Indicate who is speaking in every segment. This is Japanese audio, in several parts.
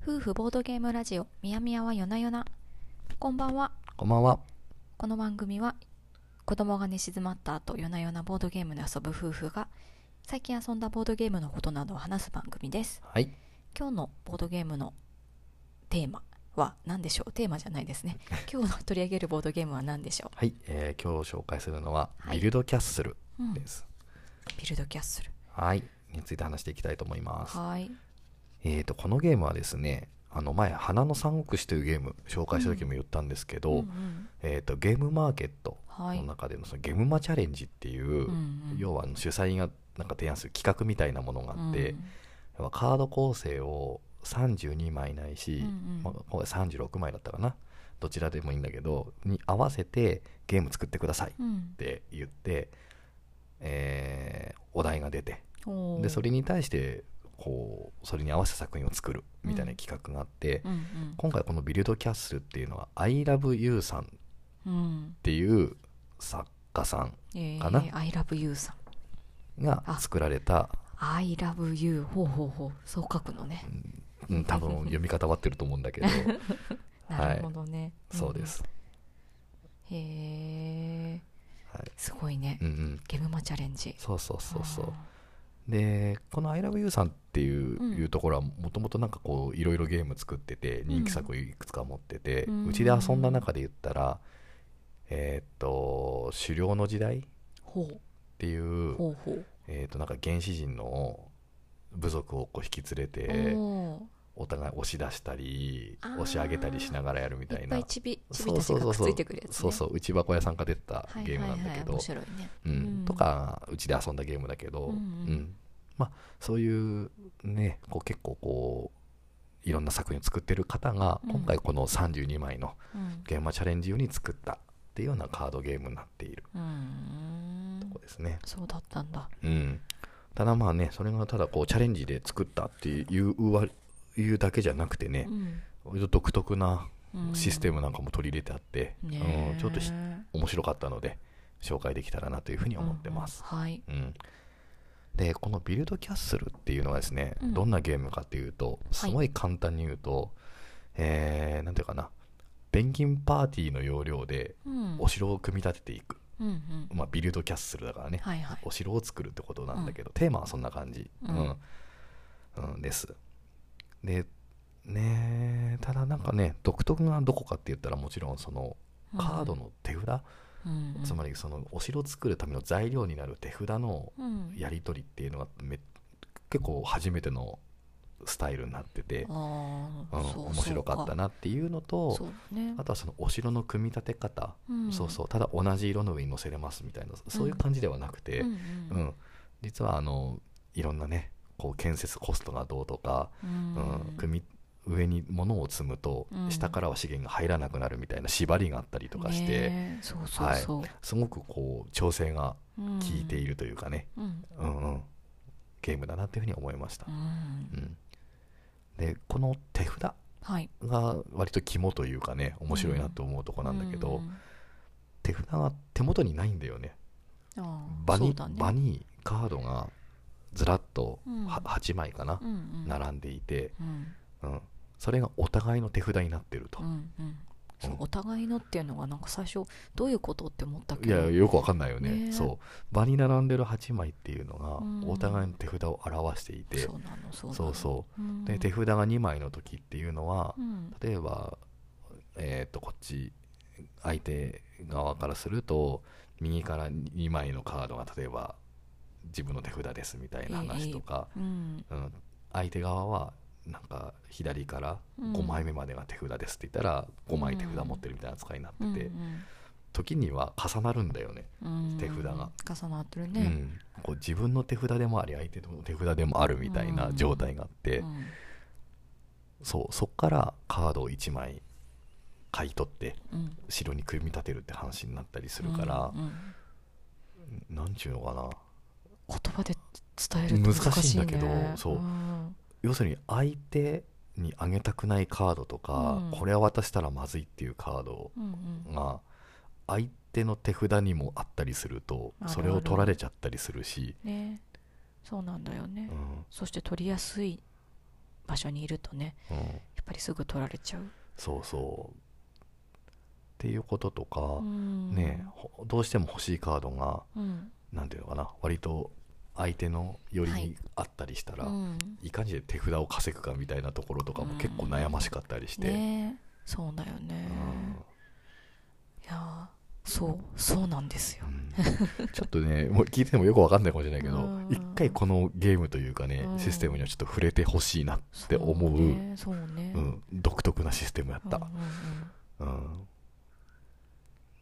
Speaker 1: 婦ボードゲームラジオみやみやはよなよなこんばんは
Speaker 2: こんばんは。
Speaker 1: この番組は子供が寝静まった後夜な夜なボードゲームで遊ぶ夫婦が最近遊んだボードゲームのことなどを話す番組です
Speaker 2: はい。
Speaker 1: 今日のボードゲームのテーマは何でしょうテーマじゃないです ね今日の取り上げるボードゲームは何でしょ
Speaker 2: はい、えー今日紹介するのは、
Speaker 1: はい
Speaker 2: ビルドキャッスル
Speaker 1: う、うん、
Speaker 2: です。
Speaker 1: ビルドキャッスル
Speaker 2: はい。について話していきたいと思います。
Speaker 1: はい
Speaker 2: えっ、と、このゲームはですね、あの前、花の三国志というゲーム紹介した時も言ったんですけど、
Speaker 1: うんうん
Speaker 2: えっ、と、ゲームマーケット
Speaker 1: はい
Speaker 2: の中でのそのゲームマチャレンジっていう、
Speaker 1: うんうん
Speaker 2: 要はあの主催がなんか提案する企画みたいなものがあって、
Speaker 1: うん
Speaker 2: 要はカード構成を32枚ないし、
Speaker 1: うんうん
Speaker 2: まあ、今回36枚だったかなどちらでもいいんだけどに合わせてゲーム作ってくださいっ
Speaker 1: うん
Speaker 2: て言って、えーお題が出て
Speaker 1: おー
Speaker 2: でそれに対してこうそれに合わせた作品を作るみたいな企画があって、
Speaker 1: うんうん
Speaker 2: 今回この「ビルドキャッスル」っていうのは「ILOVEYOU さん」っ
Speaker 1: うん
Speaker 2: ていう作家さん
Speaker 1: え
Speaker 2: かな
Speaker 1: ー、I love you さん
Speaker 2: が作られた
Speaker 1: I love you ほうほうほうそう書くのね
Speaker 2: うん多分読み方は合ってると思うんだけど
Speaker 1: なるほどね、ん
Speaker 2: そうです、
Speaker 1: へえ
Speaker 2: はい
Speaker 1: すごいね、
Speaker 2: うんうん、
Speaker 1: ゲムマチャレンジ
Speaker 2: そうそうそうそう
Speaker 1: あ
Speaker 2: でこの「ILOVEYOU」さんっていう,、
Speaker 1: うん
Speaker 2: いうところはもともとなんかこういろいろゲーム作ってて人気作いくつか持ってて、
Speaker 1: う
Speaker 2: うんちで遊んだ中で言ったらえーっと「狩猟の時代」っ
Speaker 1: ーほう
Speaker 2: ていう、
Speaker 1: ほうほう、
Speaker 2: えーっとなんか原始人の部族をこう引き連れて
Speaker 1: お
Speaker 2: お互い押し出したり
Speaker 1: あー
Speaker 2: 押し上げたりしながらやるみ
Speaker 1: ー
Speaker 2: た
Speaker 1: い
Speaker 2: い
Speaker 1: っぱ
Speaker 2: ない
Speaker 1: ちびちび
Speaker 2: そ
Speaker 1: た
Speaker 2: う
Speaker 1: ち
Speaker 2: そうそ
Speaker 1: がくっ
Speaker 2: う
Speaker 1: つ
Speaker 2: そう
Speaker 1: いてくるやつ、ね、
Speaker 2: そうそう内箱屋さんが出てたゲームなんだ
Speaker 1: はいはい
Speaker 2: け
Speaker 1: はい、
Speaker 2: ど
Speaker 1: 面白いね
Speaker 2: うん
Speaker 1: うん
Speaker 2: とかうちで遊んだゲームだけど、
Speaker 1: うんうん
Speaker 2: まあそういうねこう結構こういろんな作品を作ってる方が
Speaker 1: うん
Speaker 2: 今回この32枚の
Speaker 1: うん
Speaker 2: ゲームマチャレンジ用に作ったっていうようなカードゲームになっている
Speaker 1: うーん
Speaker 2: とこですね。
Speaker 1: そうだったんだ
Speaker 2: うん、ただまあねそれがただこうチャレンジで作ったっていうわいうだけじゃなくてね、割と独特なシステ
Speaker 1: ム、
Speaker 2: ムなんかも取り入れてあって、
Speaker 1: うんね
Speaker 2: う
Speaker 1: え
Speaker 2: んちょっとひ面白かったので紹介できたらなというふうに思ってます。
Speaker 1: うんはい
Speaker 2: うん、でこのビルドキャッスルっていうのはですね、
Speaker 1: うん
Speaker 2: どんなゲームかっていうとすごい簡単に言うと、えーなんていうかなペンギンパーティーの要領で
Speaker 1: うん
Speaker 2: お城を組み立てていく、
Speaker 1: うんうん
Speaker 2: まあ、ビルドキャッスルだからね、
Speaker 1: はいはい
Speaker 2: お城を作るってことなんだけど、テーマはそんな感じ、
Speaker 1: う
Speaker 2: うんんうんですでねえただなんかね独特などこかって言ったらもちろんそのカードの手札、
Speaker 1: うんうん
Speaker 2: つまりそのお城を作るための材料になる手札の
Speaker 1: うん
Speaker 2: やり取りっていうのがめ結構初めてのスタイルになってて、
Speaker 1: あ
Speaker 2: う
Speaker 1: あ
Speaker 2: ん
Speaker 1: そう
Speaker 2: 面白かっ
Speaker 1: な
Speaker 2: たなっていうのと
Speaker 1: そうね
Speaker 2: あとはそのお城の組み立て方、
Speaker 1: うん
Speaker 2: そうそうただ同じ色の上に乗せれますみたいなそういう感じではなくて、
Speaker 1: う
Speaker 2: うんん実はあのいろんなねこう建設コストがどうとか、
Speaker 1: うん
Speaker 2: うん組み上に物を積むと
Speaker 1: うん
Speaker 2: 下からは資源が入らなくなるみたいな縛りがあったりとかして、
Speaker 1: ねえそうそうそう、
Speaker 2: すごくこう調整が
Speaker 1: うん
Speaker 2: 効いているというかね、
Speaker 1: うん
Speaker 2: うんうん、ゲームだなっていうふうに思いました
Speaker 1: う、
Speaker 2: うんん、でこの手札が
Speaker 1: はい
Speaker 2: 割と肝というかね面白いなと思うとこなんだけど、
Speaker 1: うん
Speaker 2: 手札が手元にないんだよね
Speaker 1: ああ
Speaker 2: 場
Speaker 1: そう
Speaker 2: に
Speaker 1: だね
Speaker 2: 場にカードがずらっと
Speaker 1: うん
Speaker 2: は8枚かな
Speaker 1: う、んうん
Speaker 2: 並んでいて、
Speaker 1: うん
Speaker 2: うん、それがお互いの手札になってると
Speaker 1: う、んうんそう
Speaker 2: うん
Speaker 1: お互いのっていうのがなんか最初どういうことって思ったけ
Speaker 2: い
Speaker 1: ど
Speaker 2: やよくわかんないよね
Speaker 1: ねえ
Speaker 2: そう場に並んでる8枚っていうの
Speaker 1: うん
Speaker 2: がお互いの手札を表していて、
Speaker 1: そうなのそうなの
Speaker 2: そうそう
Speaker 1: う
Speaker 2: で手
Speaker 1: 札
Speaker 2: 札が2枚の時っていうのは、
Speaker 1: うん
Speaker 2: 例えば、えー、とこっち相手側からすると右から2枚のカードが例えば自分の手札ですみたいな話とか、
Speaker 1: うん
Speaker 2: うん、相手側はなんか左から
Speaker 1: うん
Speaker 2: 5枚目までが手札ですって言ったら5枚手札持ってるみたいな扱いにな
Speaker 1: うん
Speaker 2: ってて、時には重なるんだよね。
Speaker 1: うんうん
Speaker 2: 手札が
Speaker 1: 重なってる
Speaker 2: う
Speaker 1: ね
Speaker 2: ん、こう自分の手札でもあり相手の手札でもあるみたいな状態があって、
Speaker 1: うん
Speaker 2: そうそこからカードを1枚買い取って
Speaker 1: うん
Speaker 2: 城に組み立てるって話になったりするから
Speaker 1: うん、うん
Speaker 2: なんちゅうのかな
Speaker 1: 言葉で伝えるって難
Speaker 2: 難
Speaker 1: し
Speaker 2: し
Speaker 1: い
Speaker 2: い
Speaker 1: ね
Speaker 2: んだけどそうん要するに相手にあげたくないカードとか、
Speaker 1: うん
Speaker 2: これは渡したらまずいっていうカード
Speaker 1: うんうん
Speaker 2: が相手の手札にもあったりすると
Speaker 1: あるある
Speaker 2: それを取られちゃったりするし、
Speaker 1: ねそうなんだよね、
Speaker 2: うん
Speaker 1: そして取りやすい場所にいるとね
Speaker 2: うん
Speaker 1: やっぱりすぐ取られちゃう。
Speaker 2: そうそうっていうこととか
Speaker 1: う、ん
Speaker 2: ねほどうしても欲しいカードが
Speaker 1: うん
Speaker 2: なんていうのかな割と相手の寄り
Speaker 1: はい
Speaker 2: にあったりしたら、
Speaker 1: うん
Speaker 2: いかに手札を稼ぐかみたいなところとかも結構悩ましかったりして、
Speaker 1: ねそうだよ
Speaker 2: う
Speaker 1: ね。
Speaker 2: ん
Speaker 1: いやーそうそうなんですよ。
Speaker 2: うんちょっとねもう聞いてもよくわかんないかもしれないけ
Speaker 1: う
Speaker 2: ど
Speaker 1: ん
Speaker 2: 一回このゲームというかね
Speaker 1: うん
Speaker 2: システムにはちょっと触れてほしいなって思う
Speaker 1: そうね。そうね
Speaker 2: う。ん、独特なシステムやっ
Speaker 1: うん
Speaker 2: た、うん、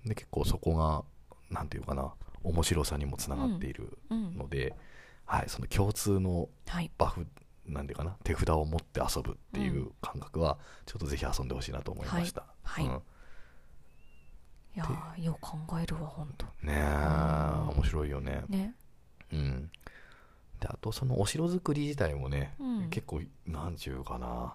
Speaker 2: で結構そこがなんていうかな面白さにもつながっている
Speaker 1: うんうんうん
Speaker 2: ので、はい、その共通の
Speaker 1: はい。
Speaker 2: バフなんていうかな手札を持って遊ぶっていうう感覚はちょっとぜひ遊んでほしいなと思いました、
Speaker 1: はいはい
Speaker 2: うん
Speaker 1: いやーよう考えるわ本当。
Speaker 2: ねえ
Speaker 1: うん
Speaker 2: 面白いよね
Speaker 1: ね。
Speaker 2: うん、であとそのお城作り自体もね、
Speaker 1: うん
Speaker 2: 結構なんちゅうかな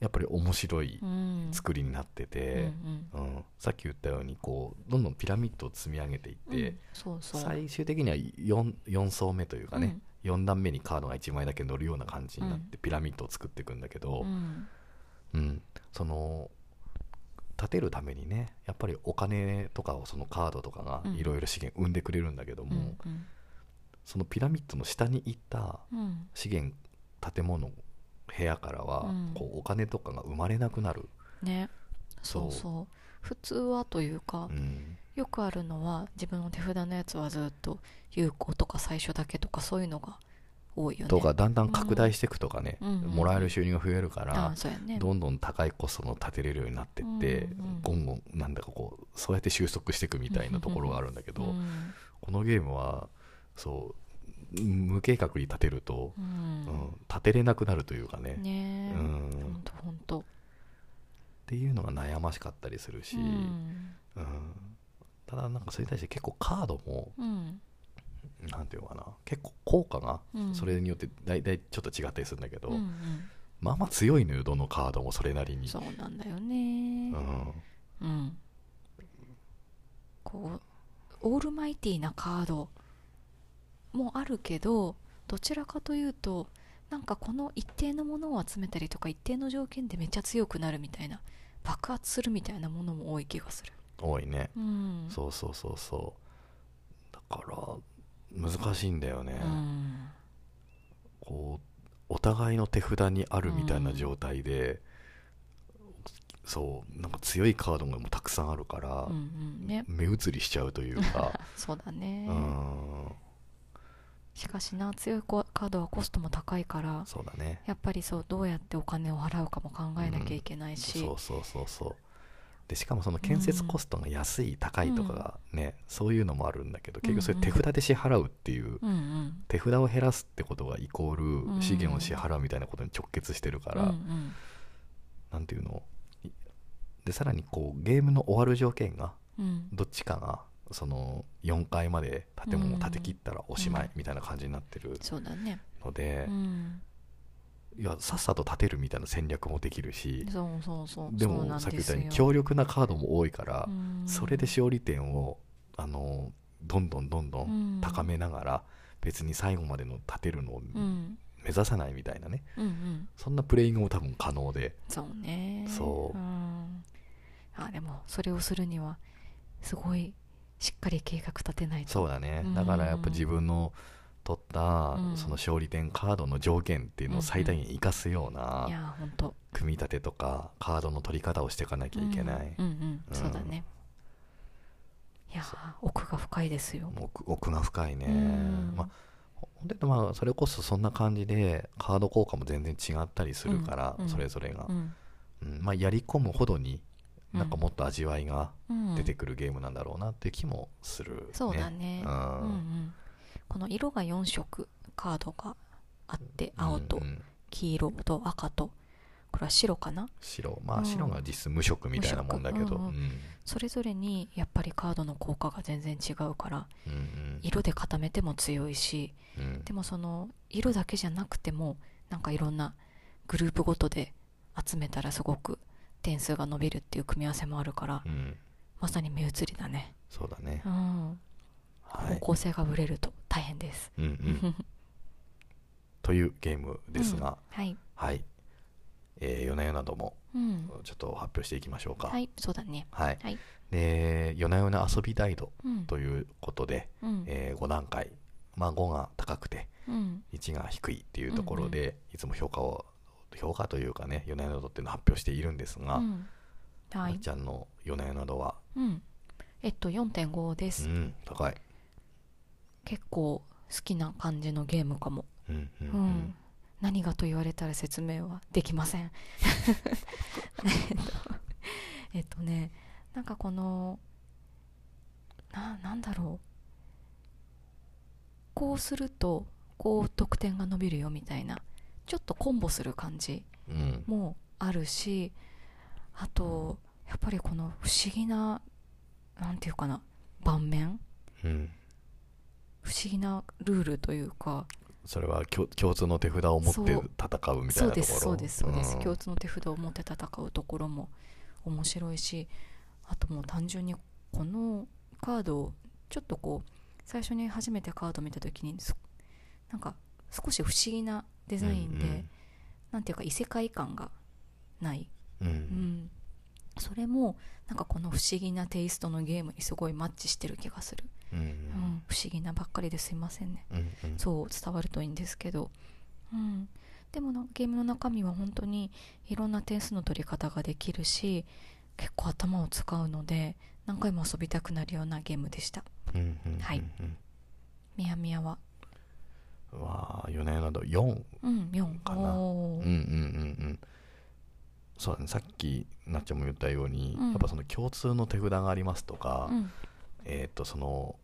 Speaker 2: やっぱり面白い
Speaker 1: うん。
Speaker 2: 作りになってて、
Speaker 1: うん
Speaker 2: うんさっき言ったようにこうどんどんピラミッドを積み上げていっ
Speaker 1: うんう
Speaker 2: て、
Speaker 1: んそうそう。
Speaker 2: 最終的には 4, 4層目というかね、4段目にカードが1枚だけ乗るような感じになってピラミッドを作っていくんだけど、
Speaker 1: うん
Speaker 2: うん、その建てるためにねやっぱりお金とかをそのカードとかがいろいろ資源生んでくれるんだけど
Speaker 1: う
Speaker 2: も、
Speaker 1: んうん
Speaker 2: そのピラミッドの下に行った
Speaker 1: うん
Speaker 2: 資源建物部屋からは
Speaker 1: うん
Speaker 2: こうお金とかが生まれなくなる、
Speaker 1: ね。
Speaker 2: そ
Speaker 1: そううそう。普通はというか
Speaker 2: う、ん
Speaker 1: よくあるのは自分の手札のやつはずっと有効とか最初だけとかそういうのが多いよね。
Speaker 2: とかだんだん拡大していくとかね、
Speaker 1: うん
Speaker 2: もらえる収入が増えるか
Speaker 1: あ
Speaker 2: ら
Speaker 1: あ、そうやね。
Speaker 2: どんどん高いコストの建てれるようになってって、
Speaker 1: うんうん
Speaker 2: ゴンゴンなんだかこうそうやって収束していくみたいなところがあるんだけど、
Speaker 1: うん
Speaker 2: このゲームはそう無計画に建てると、
Speaker 1: う
Speaker 2: うん
Speaker 1: ん。
Speaker 2: 建てれなくなるというかね
Speaker 1: ねえ。
Speaker 2: う
Speaker 1: ほ
Speaker 2: ん
Speaker 1: んとほんと。
Speaker 2: っていうのが悩ましかったりするし、
Speaker 1: うん
Speaker 2: うんただなんかそれに対して結構カードも
Speaker 1: うん
Speaker 2: なんていうのかな結構効果が
Speaker 1: うん
Speaker 2: それによって大体ちょっと違ったりするんだけど、
Speaker 1: うんうん
Speaker 2: まあまあ強いのよどのカードもそれなりに
Speaker 1: そうなんだよね
Speaker 2: うん
Speaker 1: うんこうオールマイティーなカードもあるけどどちらかというとなんかこの一定のものを集めたりとか一定の条件でめっちゃ強くなるみたいな爆発するみたいなものも多い気がする
Speaker 2: 多いね、
Speaker 1: うん
Speaker 2: そうそうそうそうだから難しいんだよね、
Speaker 1: うん
Speaker 2: こうお互いの手札にあるみたいな状態で、そうなんか強いカードがもうたくさんあるから
Speaker 1: うんう、んね
Speaker 2: 目移りしちゃうというか
Speaker 1: そうだ
Speaker 2: う
Speaker 1: ね
Speaker 2: ん
Speaker 1: しかしな強いコカードはコストも高いから
Speaker 2: そうだね
Speaker 1: やっぱりそうどうやってお金を払うかも考えなきゃいけないし、
Speaker 2: そうそうそうそうでしかもその建設コストが安い、高いとかがね、そういうのもあるんだけど結局それ手札で支払うっていう、
Speaker 1: うんうん
Speaker 2: 手札を減らすってことがイコ
Speaker 1: う
Speaker 2: ー
Speaker 1: ん
Speaker 2: ル資源を支払うみたいなことに直結してるから、
Speaker 1: うんうん
Speaker 2: なんていうのいでさらにこうゲームの終わる条件が
Speaker 1: うん
Speaker 2: どっちかがその4階まで建物を建て切ったらおしまいみたいな感じになってる
Speaker 1: そうだね
Speaker 2: ので
Speaker 1: う、ん
Speaker 2: いやさっさと建てるみたいな戦略もできるし
Speaker 1: そうそうそう
Speaker 2: で
Speaker 1: そう
Speaker 2: も
Speaker 1: なん
Speaker 2: さっき
Speaker 1: で
Speaker 2: 言っ
Speaker 1: す
Speaker 2: たよ
Speaker 1: よ
Speaker 2: うに強力なカードも多いから、
Speaker 1: うん
Speaker 2: それでしおり点をあのどんどんどんどん
Speaker 1: うん
Speaker 2: 高めながら、別に最後までの立てるのを
Speaker 1: うん
Speaker 2: 目指さないみたいなね、
Speaker 1: うんうん
Speaker 2: そんなプレイングも多分可能で
Speaker 1: そうね
Speaker 2: そう
Speaker 1: うんあでもそれをするにはすごいしっかり計画立てないと
Speaker 2: そうだね
Speaker 1: うん
Speaker 2: だからやっぱ自分の取った、
Speaker 1: うん
Speaker 2: その勝利点カードの条件っていうのを最大限活かすよう
Speaker 1: い
Speaker 2: な
Speaker 1: やーほんと
Speaker 2: 組み立てとかカードの取り方をしていかなきゃいけない、
Speaker 1: うんうん
Speaker 2: うん
Speaker 1: そうだねいやー奥が深いですよ
Speaker 2: 奥奥が深いね、
Speaker 1: うん
Speaker 2: まあほんでまあそれこそそんな感じでカード効果も全然違ったりするから、
Speaker 1: うん
Speaker 2: それぞれが
Speaker 1: う、ん
Speaker 2: うんまあ、やり込むほどに
Speaker 1: うん
Speaker 2: なんかもっと味わいが
Speaker 1: うん
Speaker 2: 出てくるゲームなんだろうなっていう気もする、ね
Speaker 1: そうだね
Speaker 2: う
Speaker 1: うん
Speaker 2: ん
Speaker 1: うんこの色が4色カードがあって
Speaker 2: うん
Speaker 1: 青と
Speaker 2: うん
Speaker 1: 黄色と赤とこれは白かな
Speaker 2: 白ま
Speaker 1: う
Speaker 2: あ
Speaker 1: ん
Speaker 2: 白が実質無色みたいなもんだけど、
Speaker 1: 無色うんうん
Speaker 2: うん
Speaker 1: それぞれにやっぱりカードの効果が全然違うから
Speaker 2: うん
Speaker 1: 色で固めても強いし
Speaker 2: うん
Speaker 1: でもその色だけじゃなくてもなんかいろんなグループごとで集めたらすごく点数が伸びるっていう組み合わせもあるから
Speaker 2: うん
Speaker 1: まさに目移りだね
Speaker 2: そうだね
Speaker 1: う、ん
Speaker 2: は
Speaker 1: 方
Speaker 2: い、
Speaker 1: 向性がぶれると大変です
Speaker 2: うんうんというゲームですが、
Speaker 1: はい
Speaker 2: はいえー、夜な夜なども
Speaker 1: うん
Speaker 2: ちょっと発表していきましょうか。
Speaker 1: はいそうだね
Speaker 2: はい
Speaker 1: はい
Speaker 2: で夜な夜な遊び態度
Speaker 1: うん
Speaker 2: ということで、
Speaker 1: うん
Speaker 2: え5段階、まあ、5が高くて
Speaker 1: うん
Speaker 2: 1が低いっていうところで、
Speaker 1: うん
Speaker 2: いつも評価を評価というかね夜な夜などっていうのを発表しているんですが、
Speaker 1: うんは
Speaker 2: まっ
Speaker 1: い
Speaker 2: ちゃんの夜な夜などは、
Speaker 1: うんえっと4.5で
Speaker 2: う
Speaker 1: す
Speaker 2: ん、高い、
Speaker 1: 結構好きな感じのゲームかも
Speaker 2: うんうん
Speaker 1: う
Speaker 2: うん
Speaker 1: ん、何がと言われたら説明はできません えっとえっとねなんかこのななんだろうこうするとこう得点が伸びるよみたいなちょっとコンボする感じ
Speaker 2: うん
Speaker 1: もあるしあとやっぱりこの不思議ななんていうかな盤面
Speaker 2: うん、
Speaker 1: 不思議なルールというか
Speaker 2: それは共共通の手札を持って戦
Speaker 1: そう
Speaker 2: みたいなと
Speaker 1: そ
Speaker 2: ころ
Speaker 1: うですそうですそうです、
Speaker 2: ん
Speaker 1: 共通の手札を持って戦うところも面白いしあともう単純にこのカードをちょっとこう最初に初めてカード見た時にそなんか少し不思議なデザインで、なんていうか異世界感がない、
Speaker 2: うんうんう
Speaker 1: うんん、それもなんかこの不思議なテイストのゲームにすごいマッチしてる気がする、
Speaker 2: うん
Speaker 1: うん不思議なばっかりですいませんね
Speaker 2: うんうんうん
Speaker 1: そう伝わるといいんですけど、うん、でもなゲームの中身は本当にいろんな点数の取り方ができるし結構頭を使うので何回も遊びたくなるようなゲームでした
Speaker 2: うんうんうん
Speaker 1: はいみやみやは
Speaker 2: わあ4年など4
Speaker 1: うん4
Speaker 2: かな
Speaker 1: お
Speaker 2: う
Speaker 1: ー
Speaker 2: んうんうんうんそうだねさっきなっちゃんも言ったように、
Speaker 1: うん
Speaker 2: やっぱその共通の手札がありますとか、
Speaker 1: うん
Speaker 2: えっ、とその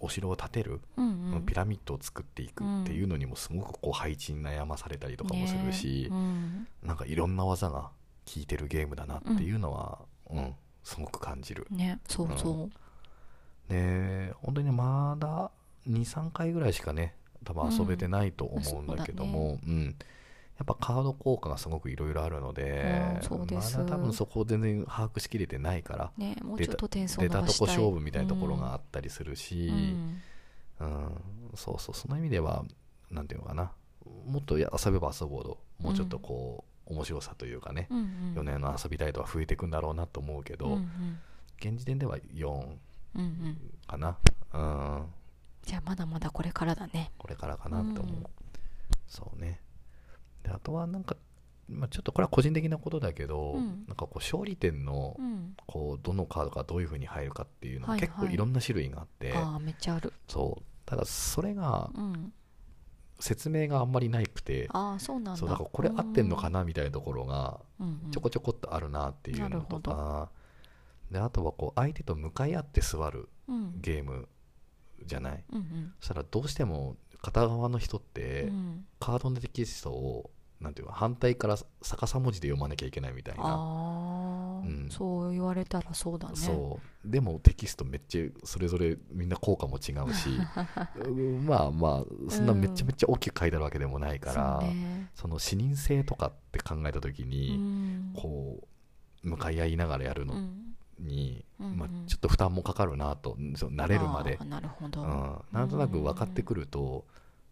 Speaker 2: お城を建てる、
Speaker 1: うんうん
Speaker 2: ピラミッドを作っていくっていうのにもすごくこう配置に悩まされたりとかもするし、
Speaker 1: ねうん
Speaker 2: なんかいろんな技が効いてるゲームだなっていうのは、うんすごく感じる
Speaker 1: ねそうそう、
Speaker 2: で本当にねまだ23回ぐらいしかね多分遊べてないと思うんだけども、うんやっぱカード効果がすごくいろいろあるので,、
Speaker 1: うんそうです
Speaker 2: まだ多分そこを全然把握しきれてないから
Speaker 1: ねもうちょっと点数を
Speaker 2: 出
Speaker 1: 伸
Speaker 2: た
Speaker 1: ば
Speaker 2: と
Speaker 1: し
Speaker 2: こ
Speaker 1: たい
Speaker 2: 勝負みたいなところがあったりする
Speaker 1: うん
Speaker 2: し、
Speaker 1: うん
Speaker 2: うん、そうそう、その意味では、なんていうのかな、もっとや遊べば遊ぼうほど、もうちょっとこう、面白さというかね、
Speaker 1: うんうん
Speaker 2: 4年の遊び態度は増えていくんだろうなと思うけど、
Speaker 1: うんうん
Speaker 2: 現時点では4
Speaker 1: うんうん
Speaker 2: かな、うん、
Speaker 1: じゃあまだまだこれからだね
Speaker 2: これからかな
Speaker 1: う
Speaker 2: と思う。
Speaker 1: ん
Speaker 2: そうね。で、あとはなんか、まあ、ちょっとこれは個人的なことだけど、
Speaker 1: うん
Speaker 2: なんかこう、勝利点の、
Speaker 1: うん
Speaker 2: こうどのカードがどういうふうに入るかっていうのが
Speaker 1: はいはい
Speaker 2: 結構いろんな種類があって、
Speaker 1: ああめっちゃある
Speaker 2: そうただそれが
Speaker 1: うん
Speaker 2: 説明があんまりないくて、
Speaker 1: ああそうなんだ
Speaker 2: そうだからこれ合ってんのかなみたいなところが
Speaker 1: うんうん
Speaker 2: ちょこちょこっとあるなっていう
Speaker 1: な
Speaker 2: の
Speaker 1: る
Speaker 2: と
Speaker 1: ほど
Speaker 2: か、であとはこう相手と向かい合って座る
Speaker 1: うん
Speaker 2: ゲームじゃない
Speaker 1: うん
Speaker 2: そしたらどうしても片側の人っ
Speaker 1: うんう
Speaker 2: て
Speaker 1: ん
Speaker 2: カードのテキストをなんていうか反対から逆さ文字で読まなきゃいけないみたいな、
Speaker 1: ああ、
Speaker 2: うん
Speaker 1: そう言われたらそうだね
Speaker 2: そうでもテキストめっちゃそれぞれみんな効果も違 うしうんまあまあそんなめちゃめちゃ大きく書いてあるわけでもないから、
Speaker 1: そうね
Speaker 2: その視認性とかって考えた時
Speaker 1: う
Speaker 2: に、
Speaker 1: ん
Speaker 2: こう向かい合いながらやる
Speaker 1: う
Speaker 2: の
Speaker 1: ん
Speaker 2: に、
Speaker 1: うんうん
Speaker 2: まあ、ちょっと負担もかかるなとその慣れるまで
Speaker 1: あ、ーなるほど、
Speaker 2: うん、なんとなく分かってくると、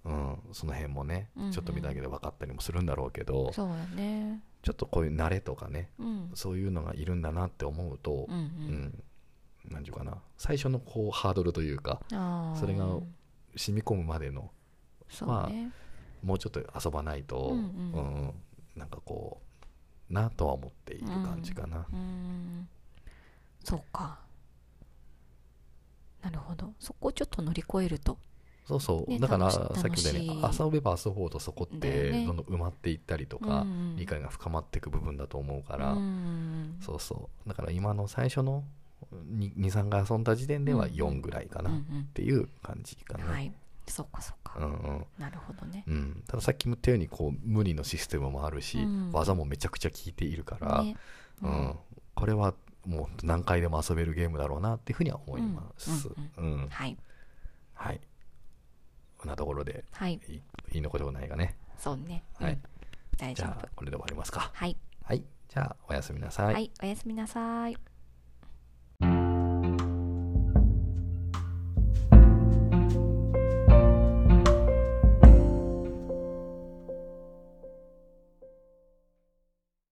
Speaker 2: うん、その辺もね
Speaker 1: うんうん
Speaker 2: ちょっと見ただけで分かったりもするんだろうけど、ちょ
Speaker 1: そうやね
Speaker 2: っとこういう慣れとかね
Speaker 1: うん
Speaker 2: そういうのがいるんだなって思うと
Speaker 1: うんう、ん
Speaker 2: うんなんていうかな最初のこうハードルというか
Speaker 1: ああ
Speaker 2: それが染み込むまでの
Speaker 1: そうね、
Speaker 2: もうちょっと遊ばないと、
Speaker 1: うんうん
Speaker 2: うんなんかこうなとは思っている感じかな。
Speaker 1: うんそうかなるほどそこをちょっと乗り越えると
Speaker 2: そうそう、
Speaker 1: ね
Speaker 2: だからさ
Speaker 1: 楽し
Speaker 2: っきみたいに
Speaker 1: 楽しい
Speaker 2: 遊べば遊ぼうとそこっ
Speaker 1: だ
Speaker 2: て
Speaker 1: よね
Speaker 2: どんどん埋まっていったりとか、
Speaker 1: うんうん
Speaker 2: 理解が深まっていく部分だと思うから、
Speaker 1: うん
Speaker 2: そうそうだから今の最初の23回遊んだ時点では
Speaker 1: うん
Speaker 2: 4ぐらいか
Speaker 1: う
Speaker 2: なんっ
Speaker 1: うん
Speaker 2: ていう感じかな、
Speaker 1: はいそっかそっか、
Speaker 2: うんうん
Speaker 1: なるほどね
Speaker 2: うん、たださっきも言ったようにこう無理のシステムもあるし、
Speaker 1: うん
Speaker 2: 技もめちゃくちゃ効いているから、
Speaker 1: ね
Speaker 2: うんこれはもう何回でも遊べるゲームだろうなっていうふうには思います。
Speaker 1: う
Speaker 2: うん
Speaker 1: はい
Speaker 2: はいこんなところで
Speaker 1: はい
Speaker 2: いい言い残りもないがね
Speaker 1: そうね、
Speaker 2: はい
Speaker 1: うん大
Speaker 2: じ
Speaker 1: 丈
Speaker 2: ゃ
Speaker 1: 夫
Speaker 2: あこれで終わりますか
Speaker 1: はい
Speaker 2: はいじゃあおやすみなさい
Speaker 1: はい、おやすみなさい